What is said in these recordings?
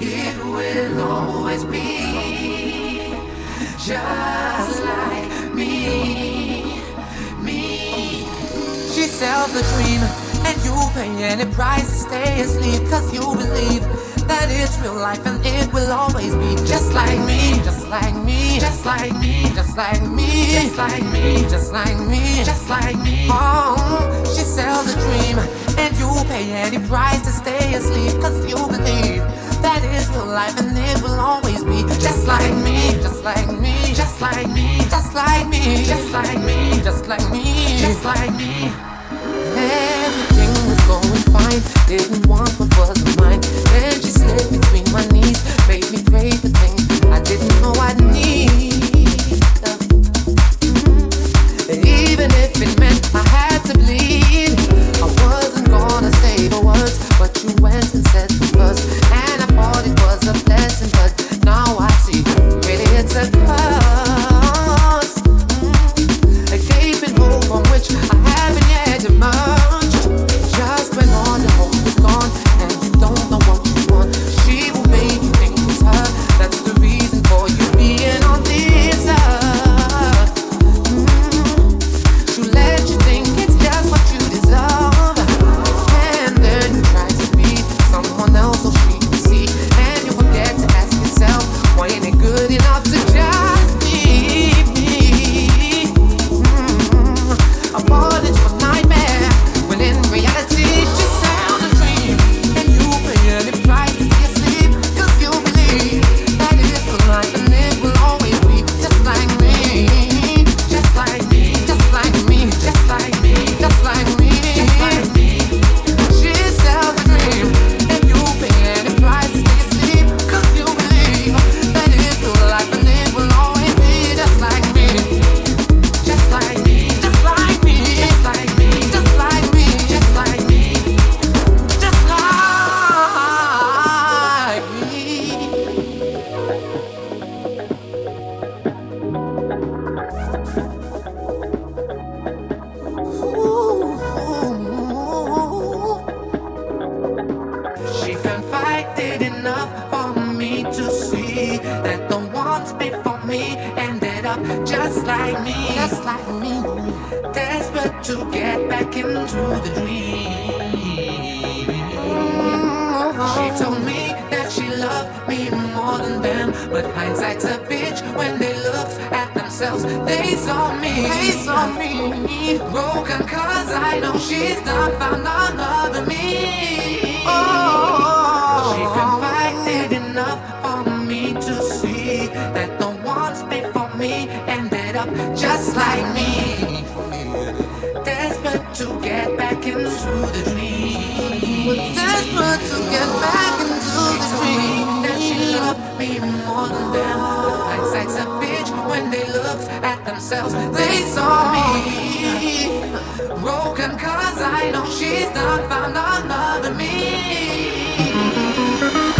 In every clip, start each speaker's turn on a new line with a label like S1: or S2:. S1: it will always be just like me, me. She sells a dream, and you pay any price to stay asleep, cause you believe that it's real life and it will always be just like me, just like me, just like me, just like me, just like me, just like me, just like me. Oh, she sells a dream, and you pay any price to stay asleep, cause you believe that it's real life and it will always be just like me, just like me, just like me, just like me, just like me, just like me, just like me. Everything was going fine. Didn't want what wasn't mine. Then she slipped between my knees, made me pray for things I didn't know I need. Uh, mm. Even if it meant I had to bleed, I wasn't gonna say the words, but you went and said the words, and I thought it was a blessing, but now I see really it's a curse. Mm. A gaping hole from which I haven't yet emerged. Just when all the hope is gone and you don't know what you want, she will make you think it's her. That's the reason for you being on this earth. She let you think it's just what you deserve, and then you try to be someone else so she can see, and you forget to ask yourself, why ain't it good enough to just be me? Mm, A bondage for nightmare, when in reality it's just sound a dream, and you pay any price to stay asleep, 'cause you believe that it is the life and it will always be just like me, just like me, just like me, just like me, just like me, just like me. She sells a dream, and you pay any price to stay asleep, 'cause you believe that it is the life and it will always be just like me. Just like me, just like me, just like me, just like me, just like me, just like me. Ooh. She confided enough for me to see that the ones before me ended up just like me, just like me, desperate to get back into the dream. She told me that she loved me more than them, but hindsight's a bitch when they looked at themselves. They saw me, they saw me broken, cause I know she's not found another me. Oh, she confided enough for me to see that the ones before me ended up just like me. Desperate to get back into the dream. We're desperate to get back into the dream. That she loved me more than them. But hindsight's a bitch when they looked at themselves. They saw me broken, cause I know she's not found another me.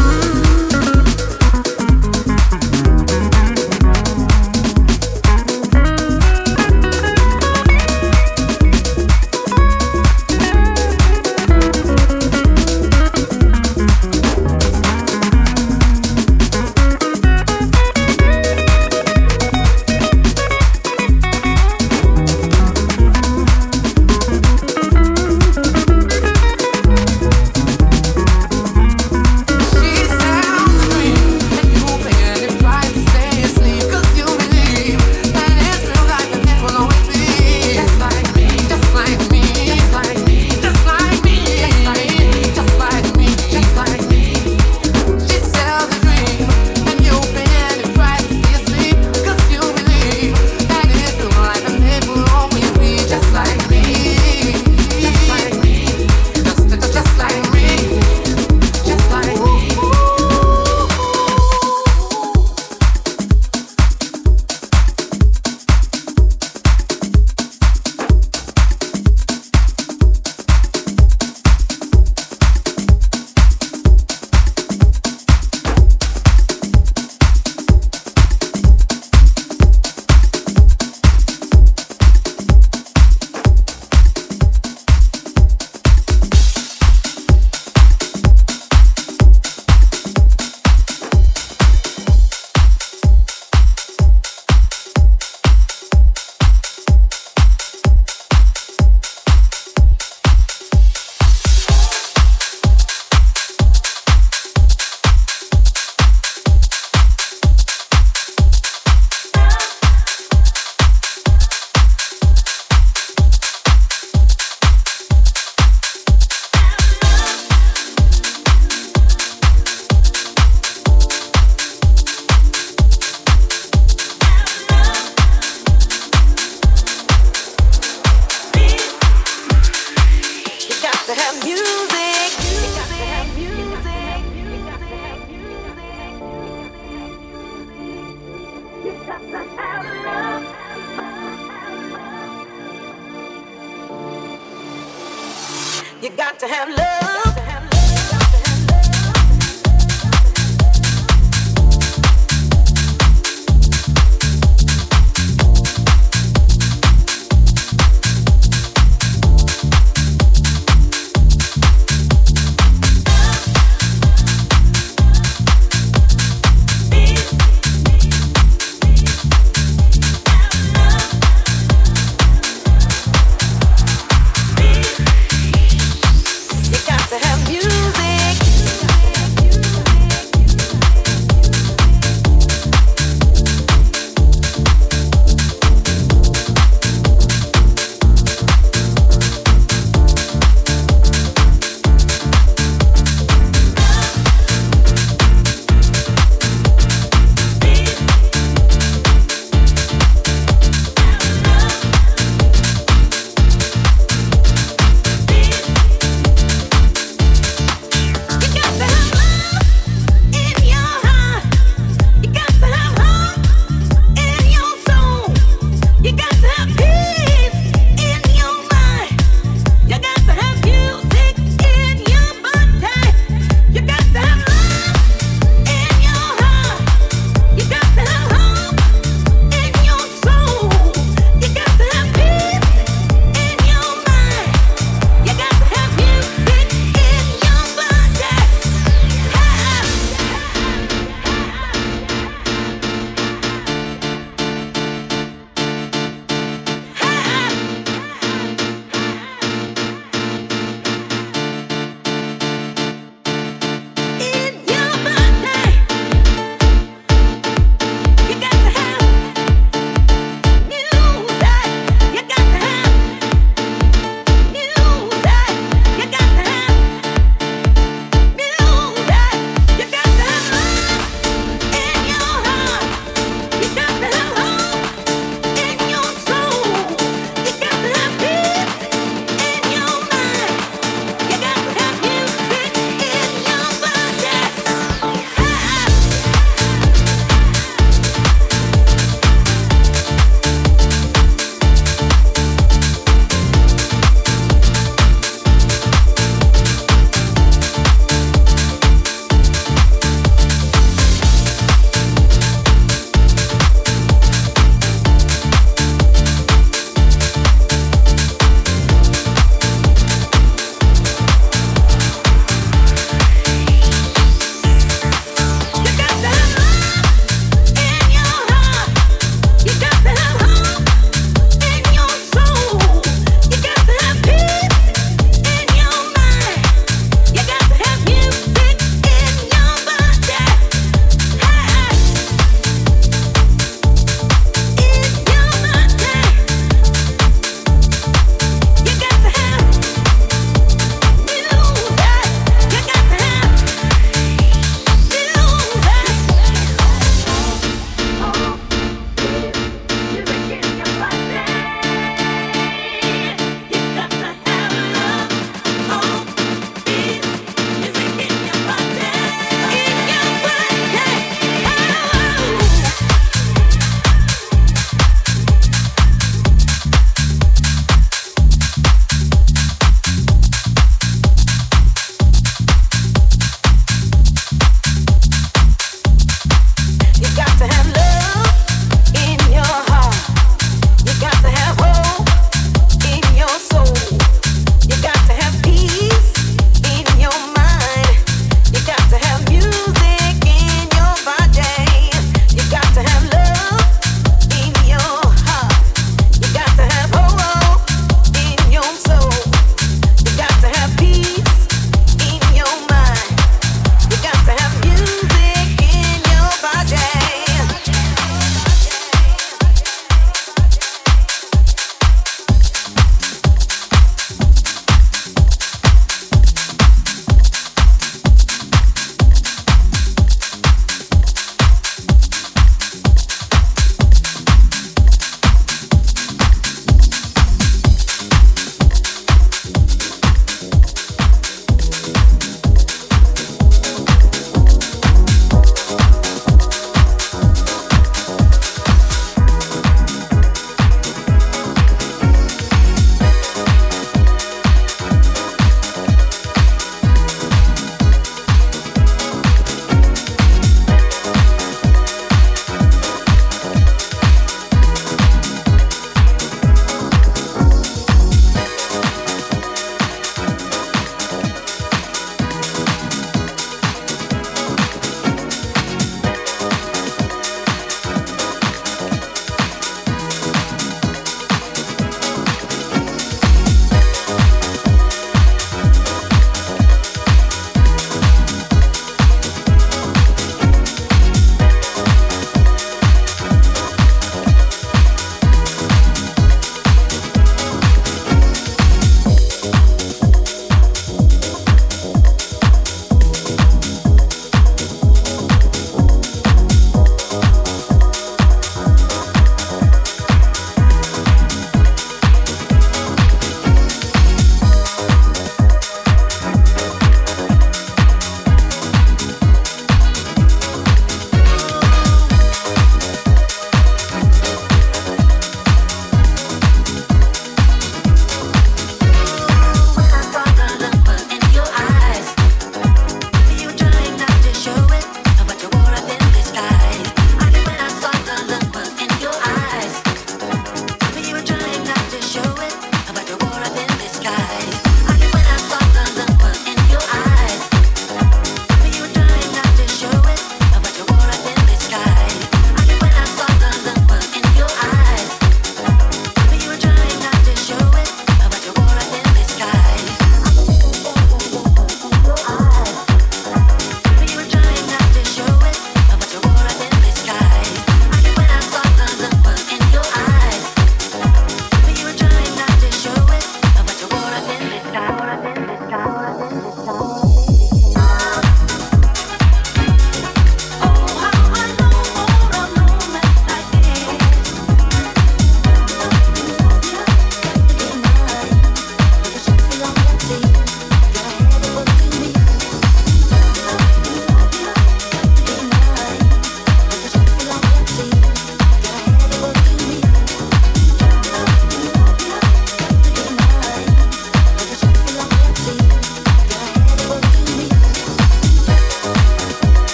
S1: You got to have love.